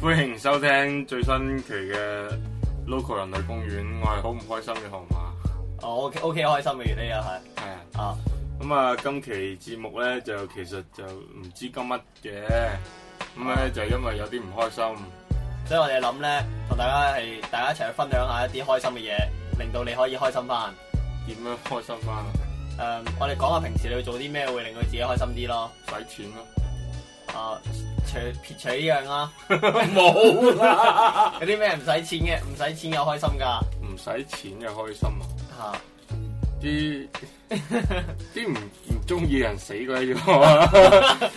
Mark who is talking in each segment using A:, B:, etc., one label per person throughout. A: 歡迎收聽最新期嘅 Local 人類公園，我係好唔開心嘅河馬，
B: 哦，OK OK，開心嘅月呢又
A: 係啊。
B: 係啊，
A: 咁啊，今期節目咧就其實就唔知講乜嘅，咁咧就因為有啲唔開心，
B: 所以我哋諗咧，同大家係大家一齊去分享下一啲開心嘅嘢，令到你可以開心翻。誒、
A: 點樣開心翻啊？
B: 我哋講下平時你會做啲咩會令到自己開心啲咯。
A: 使錢咯，
B: 啊，除撇除呢樣啦，
A: 冇啦，
B: 有啲咩唔使錢嘅，唔使錢又開心㗎
A: 唔使錢嘅開心啊！
B: 嚇。
A: 啲 啲唔唔中意人死 鬼咗，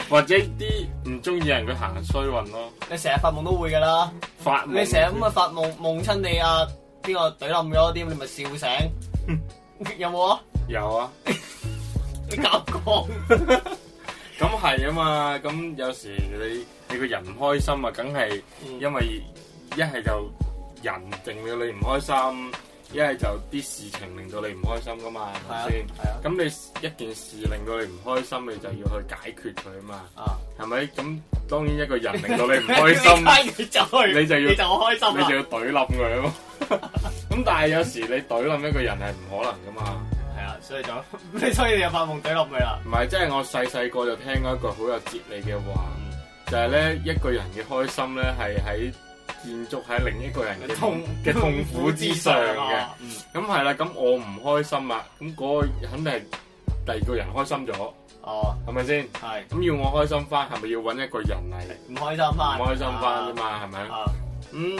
A: 或者啲唔中意人佢行衰運咯，
B: 你成日發夢都會㗎啦，
A: 發夢
B: 你成日咁啊發夢夢親你啊邊個懟冧咗啲，你咪笑醒。有冇啊？
A: 有啊。
B: 你夾講
A: 咁係啊嘛，咁有時你你個人唔開心啊，梗係
B: 嗯
A: 因為一係就人令到你唔開心，一係就啲事情令到你唔開心噶嘛，係
B: 係啊
A: 咪先？
B: 係啊
A: 咁你一件事令到你唔開心，你就要去解決佢啊嘛，
B: 啊！
A: 係咪？咁當然一個人令到你唔開心，
B: 你就去，
A: 你就要
B: 你就開心
A: 你
B: 啦
A: 就。要懟冧佢咯。咁但係有時你懟冧一個人係唔可能噶嘛。
B: 係啊，所以就 你所以你又發夢懟落去啦。
A: 唔係，即係我細細個就聽過一句好有哲理嘅話，就係咧一個人嘅開心咧係喺建築喺另一個人嘅痛
B: 痛
A: 嘅痛苦之上哦嘅。
B: 啊，嗯
A: 咁係啦，咁我唔開心啦，咁嗰個肯定係第二個人開心咗，
B: 哦，
A: 係咪先？
B: 係
A: 咁要我開心翻，係咪要揾一個人嚟
B: 唔開心翻，
A: 唔開心翻啫嘛？係咪？
B: 啊。啊，
A: 嗯，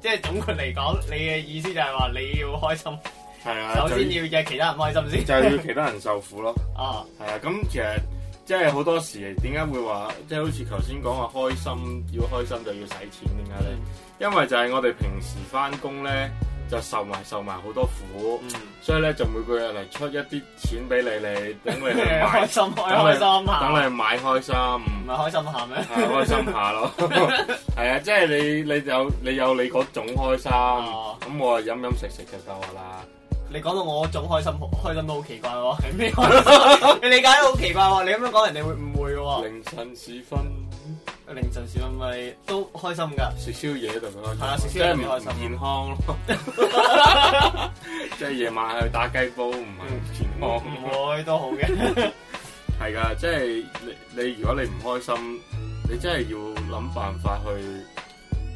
B: 即係總括嚟講，你嘅意思就係話你要開心，
A: 係啊，
B: 首
A: 就
B: 先要嘅其他人開 心先。
A: 就要其他人受苦咯。
B: 啊，
A: 係啊，咁其實即係好多時點解會話，即係好似頭先講話開心要開心就要使錢，點解咧？
B: 嗯
A: 因為就係我哋平時翻工咧就受埋受埋好多苦，
B: 嗯，
A: 所以咧就每個月嚟出一啲錢俾你，你等 你去買
B: 開，心
A: 等
B: 開開
A: 你
B: 心下，
A: 等你買開心，
B: 唔係開心下咩？
A: 係開心下 咯。係啊，即係你你有你有你嗰種開心，
B: 哦
A: 咁我飲飲食食就夠噶啦。
B: 你講到我種開心，開心都好奇 怪喎，係咩開心？你理解得好奇怪喎，你咁樣講人哋會誤會嘅
A: 凌晨時分
B: 喎。凌晨時分咪都開心㗎。
A: 食宵夜就咁開心
B: 係啊食
A: 即
B: 宵夜
A: 係
B: 就
A: 唔
B: 開心
A: 健康 咯。即係夜晚去打雞煲唔係健康。
B: 唔會哦都好 嘅，
A: 係噶，即係你你如果你唔開心，你真係要諗辦法去，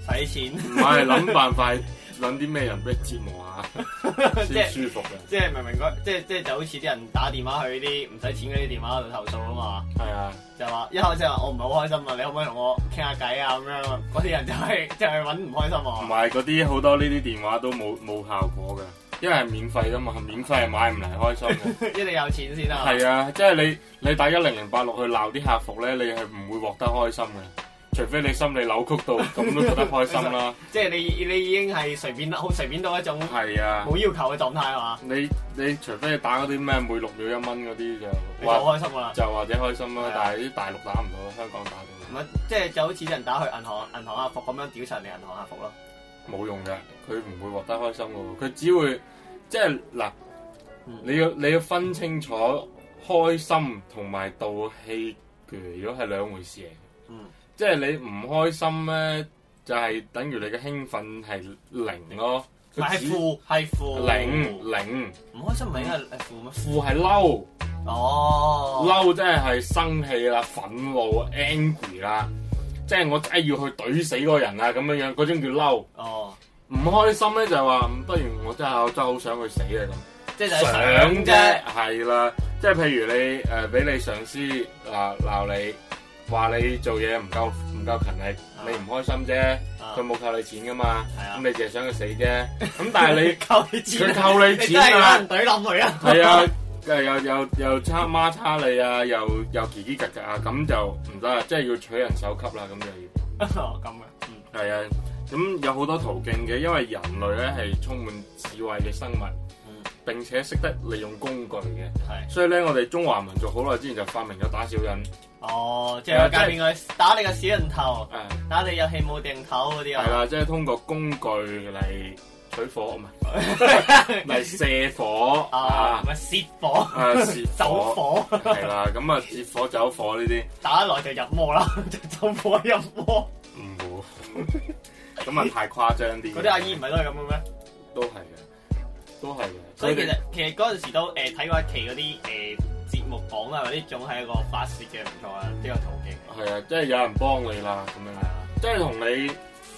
B: 使錢
A: 唔係諗辦法諗啲咩人俾你折磨 下
B: 即係
A: 先舒服嘅。
B: 即係明明嗰即係即係就好似啲人打電話去啲唔使錢嗰啲電話度投訴啊嘛，
A: 係啊，
B: 就話一開始話我唔係好開心啊，你可唔可以同我傾下偈啊咁樣？嗰啲人就係就係揾唔開心
A: 同
B: 啊，
A: 埋嗰啲好多呢啲電話都冇冇效果嘅，因為係免費噶嘛，免費係買唔嚟開心嘅。
B: 一定有錢先啦。
A: 嗯係啊，即係你你打一零零八六去鬧啲客服咧，你係唔會獲得開心嘅，除非你心理扭曲 到咁都覺得開心啦。
B: 即係你你已經係隨便好隨便到一種
A: 係啊，
B: 冇要求嘅狀態啊嘛，
A: 你你除非你打嗰啲咩每六秒一蚊嗰啲
B: 你
A: 就
B: 就好開心噶啦。
A: 就或者開心啦
B: 係啊，
A: 但係啲大陸打唔到，香港打
B: 唔
A: 到，
B: 係即係就好似啲人打去銀行銀行客服咁樣屌柒你銀行客服咯。
A: 冇用嘅，佢唔會獲得開心嘅喎，佢只會即係嗱
B: 嗯，
A: 你要你要分清楚開心同埋道氣攰咗係兩回事嚟嘅，
B: 嗯，
A: 即係你唔開心咧，就係等於你嘅興奮係零咯，
B: 唔係
A: 佢
B: 係
A: 只
B: 負係負
A: 零零
B: 唔開心咪應該係負咩？
A: 負係嬲，
B: 哦，
A: 嬲即係係生氣啦、憤怒、angry 啦，即係我真係要去懟死嗰個人啊咁樣樣，嗰種叫嬲。
B: 哦，
A: 唔開心咧就話，嗯不如我真係我真係好想佢死啊咁。
B: 即係就係想
A: 想啫
B: 啫，。
A: 係啦，即係譬如你誒俾、你上司鬧鬧你，話你做嘢唔夠唔夠勤力，你唔開心啫，
B: 啊
A: 佢冇扣你錢噶嘛，
B: 係啊
A: 咁你淨係想佢死 啫。咁但係你
B: 扣你錢
A: 佢
B: 啊，
A: 扣你
B: 你
A: 錢
B: 真係有
A: 啊，
B: 人懟冧佢啊！
A: 係啊，誒又又又差孖差你啊，又又叽叽格格啊，咁就唔得啦，即係要取人首級啦，咁就要。
B: 哦咁嘅，嗯
A: 係啊，咁有好多途徑嘅，因為人類咧係充滿智慧嘅生物，
B: 嗯
A: 並且識得利用工具嘅，
B: 係，
A: 所以咧我哋中華民族好耐之前就發明咗打小人，
B: 哦，即
A: 係啊
B: 係教邊個打你個死人頭，
A: 誒
B: 打你有氣冇定頭嗰啲
A: 係
B: 啊，
A: 啦，即係通過工具嚟取火，唔 係嚟射火
B: 啊，
A: 啊
B: 咪泄火、
A: 誒射
B: 走
A: 火，
B: 火，
A: 係啦，咁啊接火走火呢啲
B: 打得耐就入魔啦，就走火入魔，
A: 唔咁啊太誇張啲。
B: 嗰啲阿姨唔係都係咁嘅咩？
A: 都係嘅，都係嘅。
B: 所以其
A: 佢哋
B: 實其實嗰陣時都誒睇過一期嗰啲誒節目榜啊，嗰啲仲係一個發泄嘅唔錯啊，呢個途徑嚟。
A: 係啊，即係有人幫你啦，咁樣
B: 係。啊，
A: 即係同你，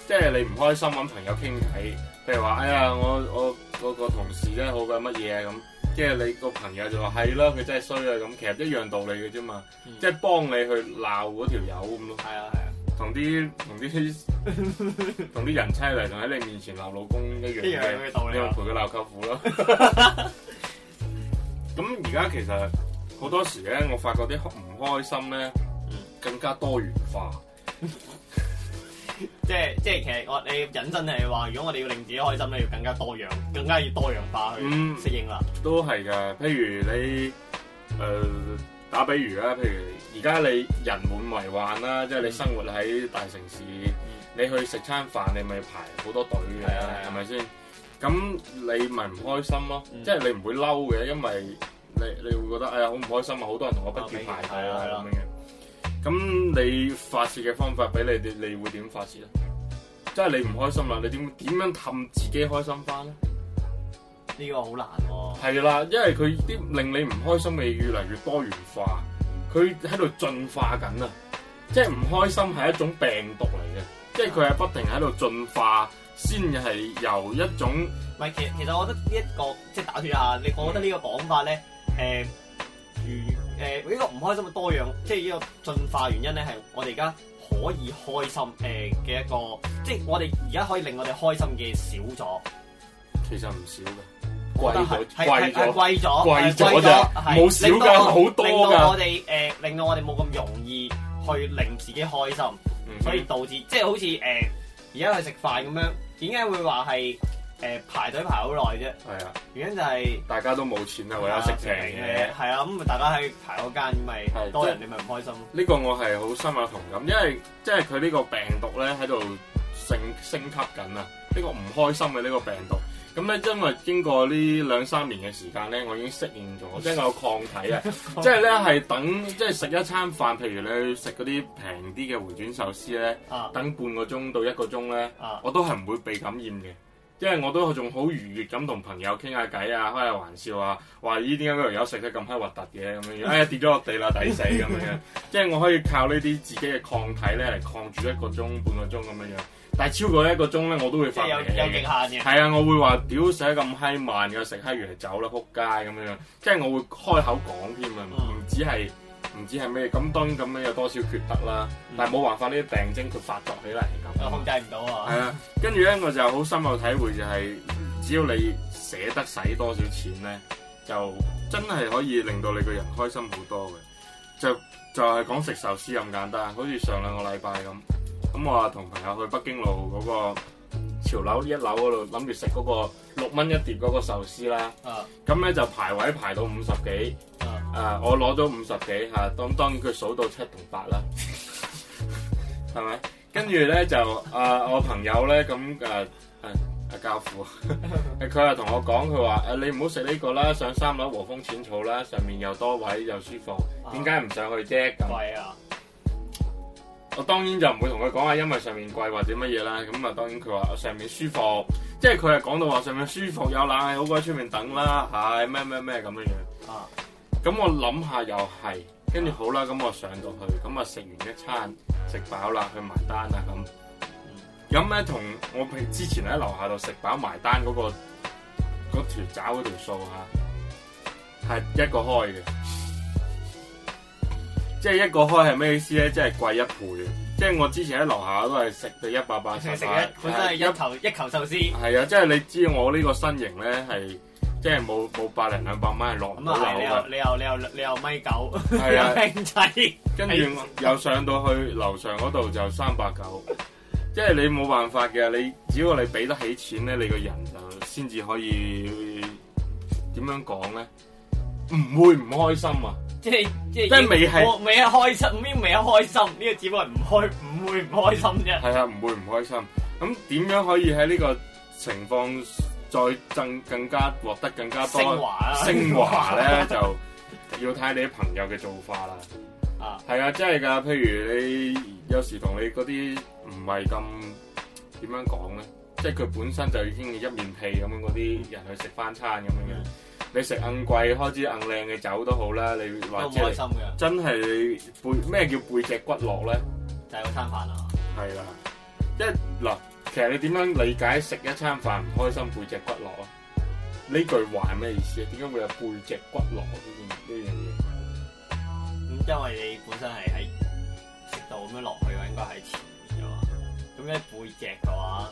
A: 即係你唔開心揾朋友傾偈，譬如話，哎呀，我我我個同事真係好鬼乜嘢啊咁，即係你個朋友就話係咯，佢真係衰啊咁，其實一樣道理嘅啫嘛，
B: 嗯
A: 即係幫你去鬧嗰條友咁咯，
B: 係啊，係啊，
A: 同啲同啲 同啲人妻嚟，同喺你面前鬧老公一樣
B: 一樣
A: 嘅，
B: 嘅道
A: 你
B: 理
A: 咪
B: 啊。
A: 陪佢鬧舅父 咯。咁而家其實好多時咧，我發覺啲唔開心咧
B: 嗯
A: 更加多元化。
B: 即係即係其實我你引申係話，如果我哋要令自己開心咧，要更加多樣，更加要多樣化去
A: 嗯
B: 適應啦。
A: 都係㗎，譬如你誒、呃打比如啦，譬如而家你人滿為患啦，即係你
B: 嗯
A: 生活喺大城市，你去食餐飯你咪排好多隊嘅
B: 係啊係，啊
A: 係咪先？咁你咪唔開心咯，
B: 嗯
A: 即係你唔會嬲嘅，因為你你會覺得哎呀好唔開心啊，好多人同我不斷排隊啊
B: 係
A: 咁
B: 啊
A: 樣嘅。咁你發泄嘅方法俾你哋，你會點發泄咧？啊即係你唔開心啦，你點點樣氹自己開心翻咧？
B: 呢個好難喎。
A: 係啦，因為佢啲令你唔開心嘅嘢越嚟越多元化，佢喺度進化緊啊！即係唔開心係一種病毒嚟嘅，即係佢係不停喺度進化，先係由一種
B: 唔係，其實其實我覺得呢、一個即係打斷一下，你我覺得呢個講法咧，誒、如誒呢個唔開心嘅多樣，即係呢個進化原因咧，係我哋而家可以開心誒嘅、一個，即係我哋而家可以令我哋開心嘅少咗，
A: 其實唔少嘅，
B: 我
A: 貴
B: 覺得
A: 咗
B: 係
A: 貴
B: 係係
A: 咗
B: 係貴咗，
A: 貴
B: 係
A: 咗
B: 咗
A: 咋，
B: 係
A: 冇少
B: 令
A: 㗎，
B: 到我
A: 好多
B: 令到我
A: 㗎，
B: 哋誒、令到我哋冇咁容易去令自己開心。
A: 嗯
B: 所以導致即係好似誒而家去食飯咁樣，點解會話係誒排隊排好耐啫？
A: 係啊，
B: 原因就係
A: 大家都冇錢啊，為咗食平嘢。
B: 係啊，咁咪大家喺排嗰間咪
A: 係
B: 多
A: 即係
B: 人，你咪唔開心咯。
A: 呢個我係好深有同感，因為即係佢呢個病毒咧喺度升升級緊啊！呢個唔開心嘅呢個病毒，咁咧因為經過呢兩三年嘅時間咧，我已經適應 咗，即係我有抗體啊！即係咧係等即係食一餐飯，譬如你去食嗰啲平啲嘅回轉壽司咧，
B: 啊
A: 等半個鐘到一個鐘咧，
B: 啊
A: 我都係唔會被感染嘅。因為我都仲好愉悅咁同朋友傾下偈啊，開下玩笑啊，話咦點解嗰條友食得咁閪核突嘅咁 樣樣，哎呀跌咗落地啦，抵死咁樣樣。即係我可以靠呢啲自己嘅抗體咧嚟抗住一個鐘、半個鐘咁樣樣。但係超過一個鐘咧，我都會
B: 即
A: 發
B: 係
A: 脾
B: 有
A: 氣
B: 有極
A: 嘅。
B: 限嘅。
A: 係啊，我會話屌食得咁閪慢嘅，食閪完就走啦，撲街咁樣樣。即係我會開口講添啊，唔
B: 嗯
A: 止係唔止係咩咁，當然咁樣有多少缺德啦。但係冇辦法，呢啲病徵佢發作起嚟係咁
B: 我
A: 啊嘛。
B: 控制唔到嗯啊！
A: 係啊，跟住咧我就好深有體會，就係只要你捨得使多少錢咧，就真係可以令到你個人開心好多嘅。就就係講食壽司咁簡單，好似上兩個禮拜咁，咁我話同朋友去北京路嗰個潮樓一樓嗰度，諗住食嗰個六蚊一碟嗰個壽司啦。
B: 啊
A: 咁咧就排位排到五十幾，
B: 啊！
A: 啊我攞咗五十幾嚇，咁當然佢數到七同八啦， 係咪？跟住咧就啊、我朋友咧咁誒誒阿教父， 佢又同我講，佢話誒你唔好食呢個啦，上三樓和風淺草啦，上面又多位又舒服，
B: 啊
A: 點解唔上去啫？咁
B: 貴啊？
A: 我當然就唔會同佢講話，因為上面貴或者乜嘢啦。咁啊當然佢話上面舒服，即係佢係講到話上面舒服有冷氣，好過喺出面等啦，係咩咩咩咁樣樣。
B: 啊
A: 咁我諗下又係，跟住好啦，咁我上到去，咁啊食完一餐，食飽啦，去埋單啦咁。咁咧同我平之前喺樓下度食飽埋單嗰、個嗰條找嗰條數嚇，係一個開嘅，即係一個開係咩意思咧？即係貴一倍嘅，即係我之前喺樓下都係食到一百八十
B: 食食
A: 塊
B: 一本身係一球一球壽司，咁
A: 係啊，即係你知我呢個身形咧係即係冇冇百零兩百蚊係落唔到
B: 啊係
A: 樓
B: 你
A: 嘅
B: 又。你又你又你又米九，
A: 係 啊
B: 又兄仔，
A: 跟住又上到去樓上嗰度就三百九，即係你冇辦法嘅，你只要你俾得起錢咧，你個人就先至可以點樣講咧？唔會唔開心啊！
B: 即係即係
A: 即係未係
B: 我未一開心，呢未一開心，呢個只不過係唔開唔會唔開心啫。
A: 係啊，唔會唔開心。咁點樣可以喺呢個情況再更更加獲得更加多
B: 升華啊，
A: 升華咧？就要睇你啲朋友嘅做法啦。
B: 啊！
A: 係啊，真係㗎。譬如你有時同你嗰啲唔唔係咁點樣講咧？即係佢本身就已經一面屁咁樣嗰啲人去食翻餐咁樣嘅。你食硬貴開支硬靚嘅酒都好啦，你
B: 都
A: 或
B: 唔
A: 者
B: 開
A: 你
B: 心嘅，
A: 真係背咩叫背脊骨落咧？
B: 就係嗰餐飯啊，
A: 係啦，一嗱，其實你點樣理解食一餐飯唔開心背脊骨落啊？呢句話係咩意思啊？點解會有背脊骨落呢件呢樣嘢？
B: 咁因為你本身係喺食到咁樣落去嘅話，應該喺前面嘅嘛。咁咧背脊嘅話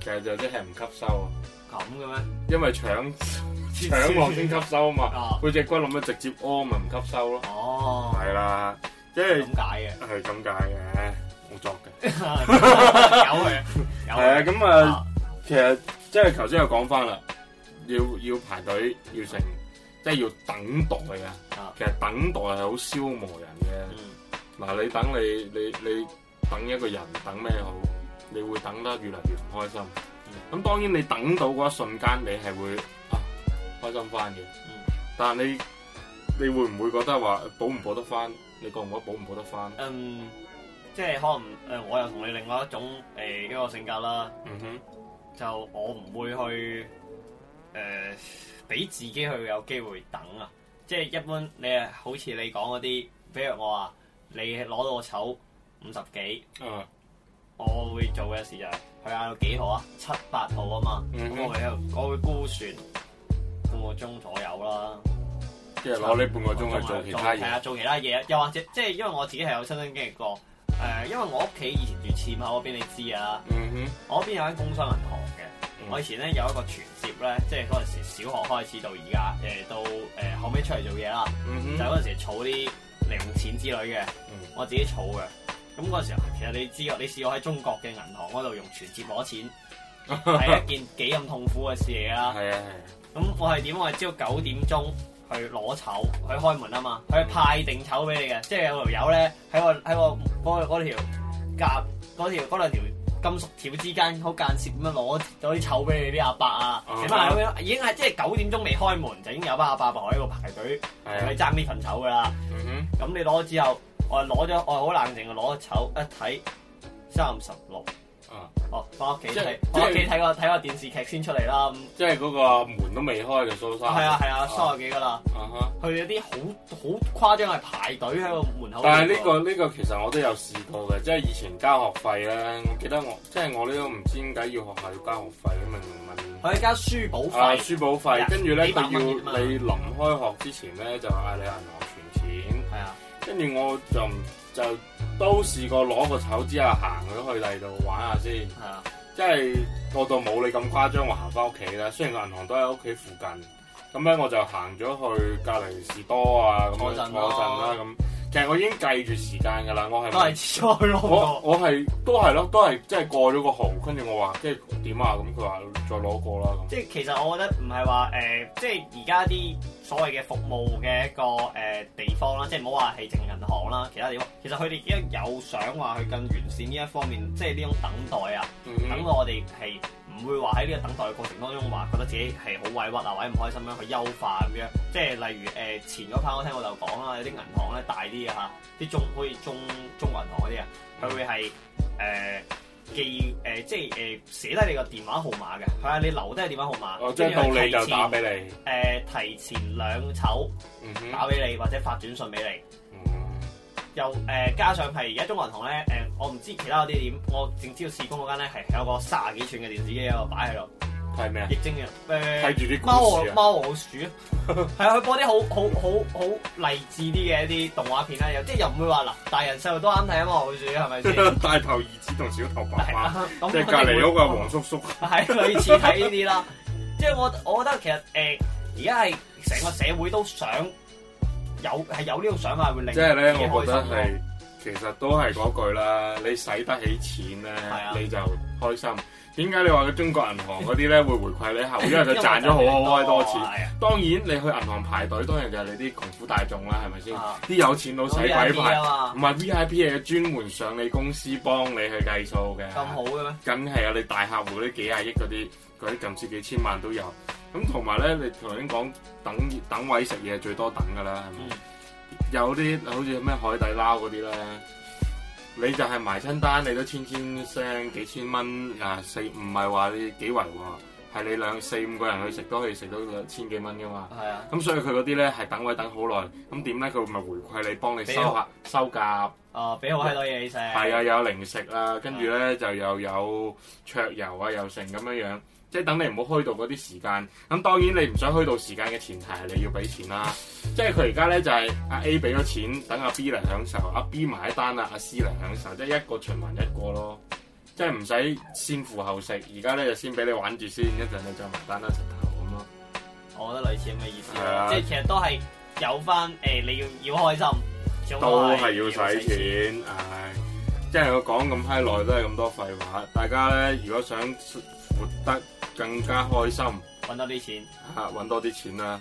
A: 其實就即係唔吸收啊，
B: 咁嘅咩？
A: 因為腸腸落先吸收啊嘛，
B: 啊，
A: 背脊骨落咪直接屙咪唔吸收咯。
B: 哦，
A: 係啦，即
B: 咁
A: 係
B: 解
A: 係咁解嘅，冇作嘅。
B: 嘅，有嘅，有
A: 係啊，
B: 嘅。
A: 咁啊。其實即係頭先又講翻啦，要要排隊要成，即係要等待啊
B: 啊。
A: 其實等待係好消磨人
B: 嗯
A: 嘅。嗱，你等你你你等一個人等咩好？你會等得越嚟越唔開心。咁當然你等到嗰一瞬間，你係會啊開心翻嘅。
B: 嗯
A: 但係你你會唔會覺得話補唔補得翻？你覺唔覺得補唔補得翻？
B: 嗯，即係可能誒、呃我又同你另外一種誒、呃一個性格啦，
A: 嗯哼，
B: 就我唔會去誒俾、自己去有機會等啊。即係一般你係好似你講嗰啲，比如我話你攞到個籌五十幾，
A: 啊，
B: 我會做嘅事就係去嗌到幾號啊？七八號啊嘛，咁、
A: 嗯
B: 我會喺度，我會估算半個鐘左右啦。
A: 即係攞呢半個鐘去做其他
B: 係
A: 嘢。
B: 啊，做其他嘢，又或者即係因為我自己係有親身經歷過。誒、因為我屋企以前住前口嗰邊，你知啊，
A: 嗯
B: 我嗰邊有間工商銀行嘅。
A: 哼，
B: 我以前咧有一個存摺咧，即係嗰陣時小學開始到而家，誒、到誒、後尾出嚟做嘢啦，
A: 嗯
B: 就
A: 哼，
B: 嗰陣時儲啲零用錢之類嘅
A: 嗯，
B: 我自己儲嘅。咁嗰陣時候，其實你知啊，你試過喺中國嘅銀行嗰度用存摺 攞錢，係一件幾咁痛苦嘅事嚟啦。
A: 係啊係啊。
B: 咁我係點？我係朝九點鐘去攞籌，去開門啊嘛，佢係派定籌俾你嘅，即係有條友咧喺我喺我嗰嗰條夾嗰條嗰兩條金屬條之間好間接咁樣攞攞啲籌俾你啲阿伯啊，
A: 啊
B: 成班人咁樣已經係即係九點鐘未開門就已經有班阿伯婆喺度排隊
A: 係
B: 同
A: 啊
B: 你爭呢份籌噶啦。
A: 嗯
B: 咁你攞咗之後，我係攞咗我係好冷靜，我攞咗籌一睇三十六，
A: 哼，啊，
B: 哦，翻屋企
A: 即係
B: 睇，
A: 即係
B: 翻屋企睇個睇個電視劇先出嚟啦。咁
A: 即係嗰個門都未開嘅蘇生。
B: 係啊係啊，
A: 啊
B: 三十幾噶啦。
A: 啊哈！
B: 佢有啲好好誇張係排隊喺個門口。
A: 但係呢、個呢、個其實我都有試過嘅，即係以前交學費咧，
B: 嗯
A: 我記得我即係我呢都唔知點解要學校要交學費咁咪
B: 佢加書簿
A: 問啊
B: 費，
A: 書簿費，跟住咧
B: 幾
A: 佢
B: 百
A: 要
B: 蚊啊啫嘛
A: 你臨開學之前咧就嗌你銀行存錢。
B: 係啊，
A: 跟住我就唔就都試過攞個籌之後行咗去第二度玩下先，
B: 係啊，
A: 即係我到冇你咁誇張，我行翻屋企啦。雖然個銀行都喺屋企附近，咁咧我就行咗去隔離士多啊，咁
B: 坐
A: 樣
B: 陣
A: 坐陣啦咁。其實我已經計住時間㗎啦，我
B: 都
A: 係
B: 係廁所攞
A: 我
B: 個。
A: 我係都係咯，都係即係過咗個號，跟住我話跟住點啊咁，佢話再攞過啦咁。
B: 即係其實我覺得唔係話誒，即係而家啲所謂嘅服務嘅一個誒、呃地方啦，即係唔好話係淨係銀行啦，其他地方其實佢哋已經有想話去更完善呢一方面，即係呢種等待啊，
A: 嗯
B: 等到我哋係唔會話喺呢個等待嘅過程當中話覺得自己係好委屈啊，或者唔開心咁樣去優化咁樣。即係例如誒、呃前嗰排我聽我就講啦，有啲銀行咧大啲嘅嚇，啲中好似中中國銀行嗰啲啊，佢會係誒、呃寄誒、呃即係誒、呃寫低你個電話號碼嘅，佢話你留低個電話號碼，
A: 我將哦到你就打
B: 誒、
A: 俾你。
B: 呃提前兩籌
A: 嗯哼
B: 打俾你，或者發短信俾你。
A: 嗯
B: 又誒、呃加上係而家中國銀行咧誒、呃我唔知其他嗰啲點，我淨知道市工嗰間咧係有個卅幾寸嘅電視機喺度擺喺度，
A: 睇咩啊？
B: 液晶嘅
A: 睇
B: 誒
A: 住啲
B: 貓
A: 故
B: 和
A: 事 啊！
B: 貓和老鼠啊，係啊，佢 播啲好好好好勵志啲嘅一啲動畫片啦，又即係又唔會話嗱大人細路都啱睇啊貓和老鼠係 咪先？
A: 大頭兒子同小頭爸
B: 係
A: 爸。
B: 啊咁
A: 即係
B: 我
A: 隔
B: 哋會
A: 離嗰個係黃叔叔，
B: 係類似睇呢啲啦。 即係我我覺得其實誒而家係成個社會都想有係有呢種想法會令
A: 即係咧，
B: 自己
A: 我覺得
B: 開心咯
A: 係其實都係嗰句啦，你使得起錢咧
B: 係啊，
A: 你就開心。點解你話中國銀行嗰啲 咧會回饋你後，因為佢賺咗好好多錢。
B: 係啊
A: 當然你去銀行排隊，當然就係你啲窮苦大眾啦，係咪先
B: 啊？
A: 啲有錢佬使鬼
B: 好嘢
A: 排，
B: 啊嘛，
A: 唔係 V I P 係專門上你公司幫你去計數嘅。
B: 咁好嘅咩？
A: 梗係有你大客户啲幾廿億嗰啲，嗰啲甚至幾千萬都有。咁同埋咧，你頭先講等等位食嘢最多等㗎啦，係咪？
B: 嗯
A: 有啲好似咩海底撈嗰啲咧，你就係埋親單，你都千千聲幾千蚊啊四，唔係話你幾圍喎，係你兩四五個人去食都可以食到兩千幾蚊噶嘛。
B: 係啊，
A: 咁所以佢嗰啲咧係等位等好耐，咁點咧佢咪回饋你，幫你收下收夾，
B: 啊俾好閪多嘢你食，
A: 係啊有零食啊，跟住咧就又有桌遊啊又剩咁樣樣，即係等你唔好虛度嗰啲時間。咁當然你唔想虛度時間嘅前提係你要俾錢啦。即係佢而家咧就係、阿 A 俾咗錢，等阿 B 嚟享受，阿 B 埋一單啦，阿 C 嚟享受，即係一個循環一個咯。即係唔使先付後食，而家咧就先俾你玩住先，一陣你再埋單啦，柒頭咁咯。
B: 我覺得類似咁嘅意思
A: 係
B: 咯
A: 啊，
B: 即係其實都係有翻誒，你要要開心，總
A: 都係要使。錢，唉！即係我講咁閪耐都係咁多廢話。大家咧，如果想活得更加開心，
B: 揾多啲錢，
A: 啊，揾多啲錢啦，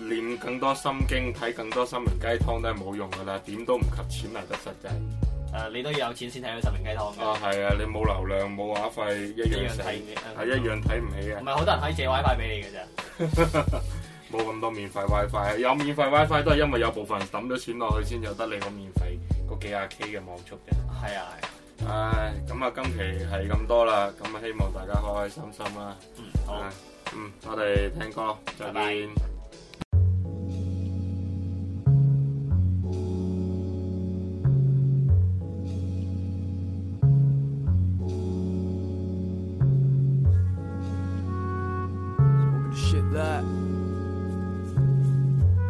A: 念更多心經，睇更多心靈雞湯都係冇用噶啦，點都唔及錢嚟得實際。
B: 誒你都要有錢先睇到十名雞湯嘅，
A: 啊，係啊，你冇流量冇話費，一
B: 一
A: 樣
B: 樣
A: 死，
B: 睇
A: 係
B: 嘅。
A: 一樣睇唔起啊
B: 唔！係好多人可以借 WiFi 俾你嘅啫，
A: 冇咁多免費 WiFi，有啊免費 WiFi 都係因為有部分人抌咗錢落去先有得你個免費嗰幾廿 K 嘅網速嘅。
B: 係啊，
A: 唉，咁啊，今期係咁多啦，咁啊，希望大家開開心心啦。
B: 嗯好。
A: 啊嗯，我哋聽歌，再
B: 拜拜
A: 見。
C: Open the shit that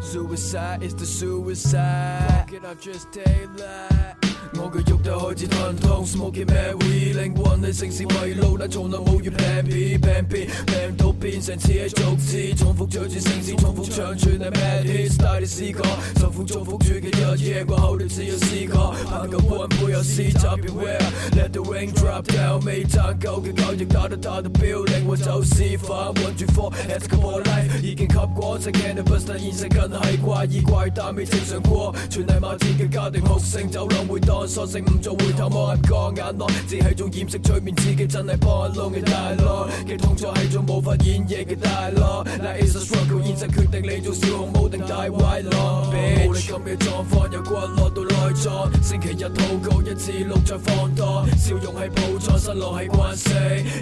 C: Suicide is the suicide Fucking up just daylight 我嘅肉體開始疼痛，smoking Mary，靈魂喺城市圍路，但從來冇遇病變，病變病到變成似係俗字，重複唱住城市，重複唱住你 mad hits，帶你思考，受苦重複住嘅日夜，過後你只有思考，盼夠半杯有試習，beware，let the rain drop down，未賺夠嘅交易打得打到標，靈魂走私販，揾住貨，let's go for life，已經吸過隻 cannabis，但現實更係怪異怪，但未正常過，全係馬鐵嘅家庭學性走廊會當索性唔做回頭望入個眼內，只係種掩飾催眠自己真係幫窿嘅大佬，嘅痛楚係種無法演繹嘅大佬。Now is a struggle，現實決定你做小紅帽定大壞狼。無力感嘅狀況由骨落到內臟，星期日禱告一至六再放蕩，笑容係寶藏，失落係關死。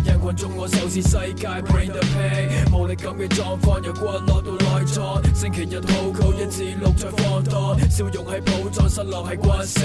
C: 人群中我仇視世界，bring the pain。無力感嘅狀況由骨落到內臟，星期日禱告一至六再放蕩，笑容係寶藏，失落係關死。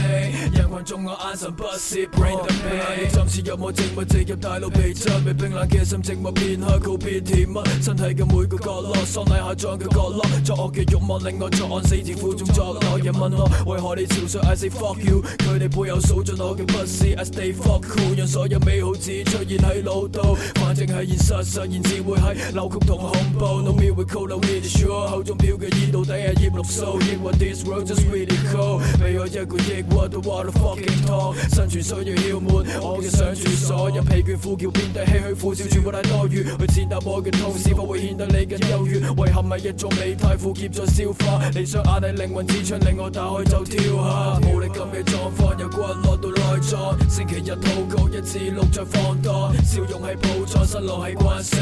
C: 人群中我眼神不屑，bring the pain。針刺入我靜脈，直入大腦皮質，被冰冷嘅心靜默變開，告別甜蜜。身體嘅每個角落，喪禮下葬嘅角落，作惡嘅慾望令我作案，死前苦中作樂。人問我為何你憔悴，I say fuck you。佢哋背後數盡我嘅不是，I stay fuck cool。讓所有美好只出現喺腦度，反正係現實，實現只會係扭曲同恐怖。No miracle, no need sure。口中表嘅煙到底係葉綠素，抑或 this world just really cold。俾我一個抑鬱都話到 fucking 痛，生存需要竅門，我嘅想住所有疲倦呼叫變得唏噓苦笑，全部太多餘。去踐踏我嘅痛，是否會顯得你更優越？遺憾係一種美態，苦澀再消化。理想眼係靈魂之窗，令我打開就跳下。無力感嘅狀況由骨落到內臟，星期日禱告一至六再放蕩，笑容係寶藏，失落係關死。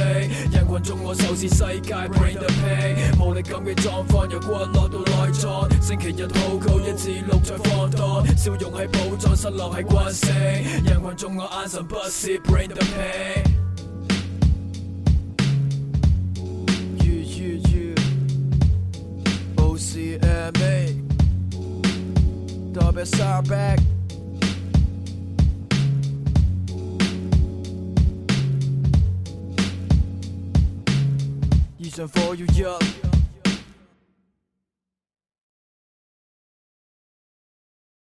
C: 人群中我仇視世界，bring the pain。無力感嘅狀況由骨落到內臟，星期日禱告一至六再放蕩，笑容係寶藏，失落係關死。人群中我眼神不屑，bring the pain。U U U O C M A W S R back。以上課要一。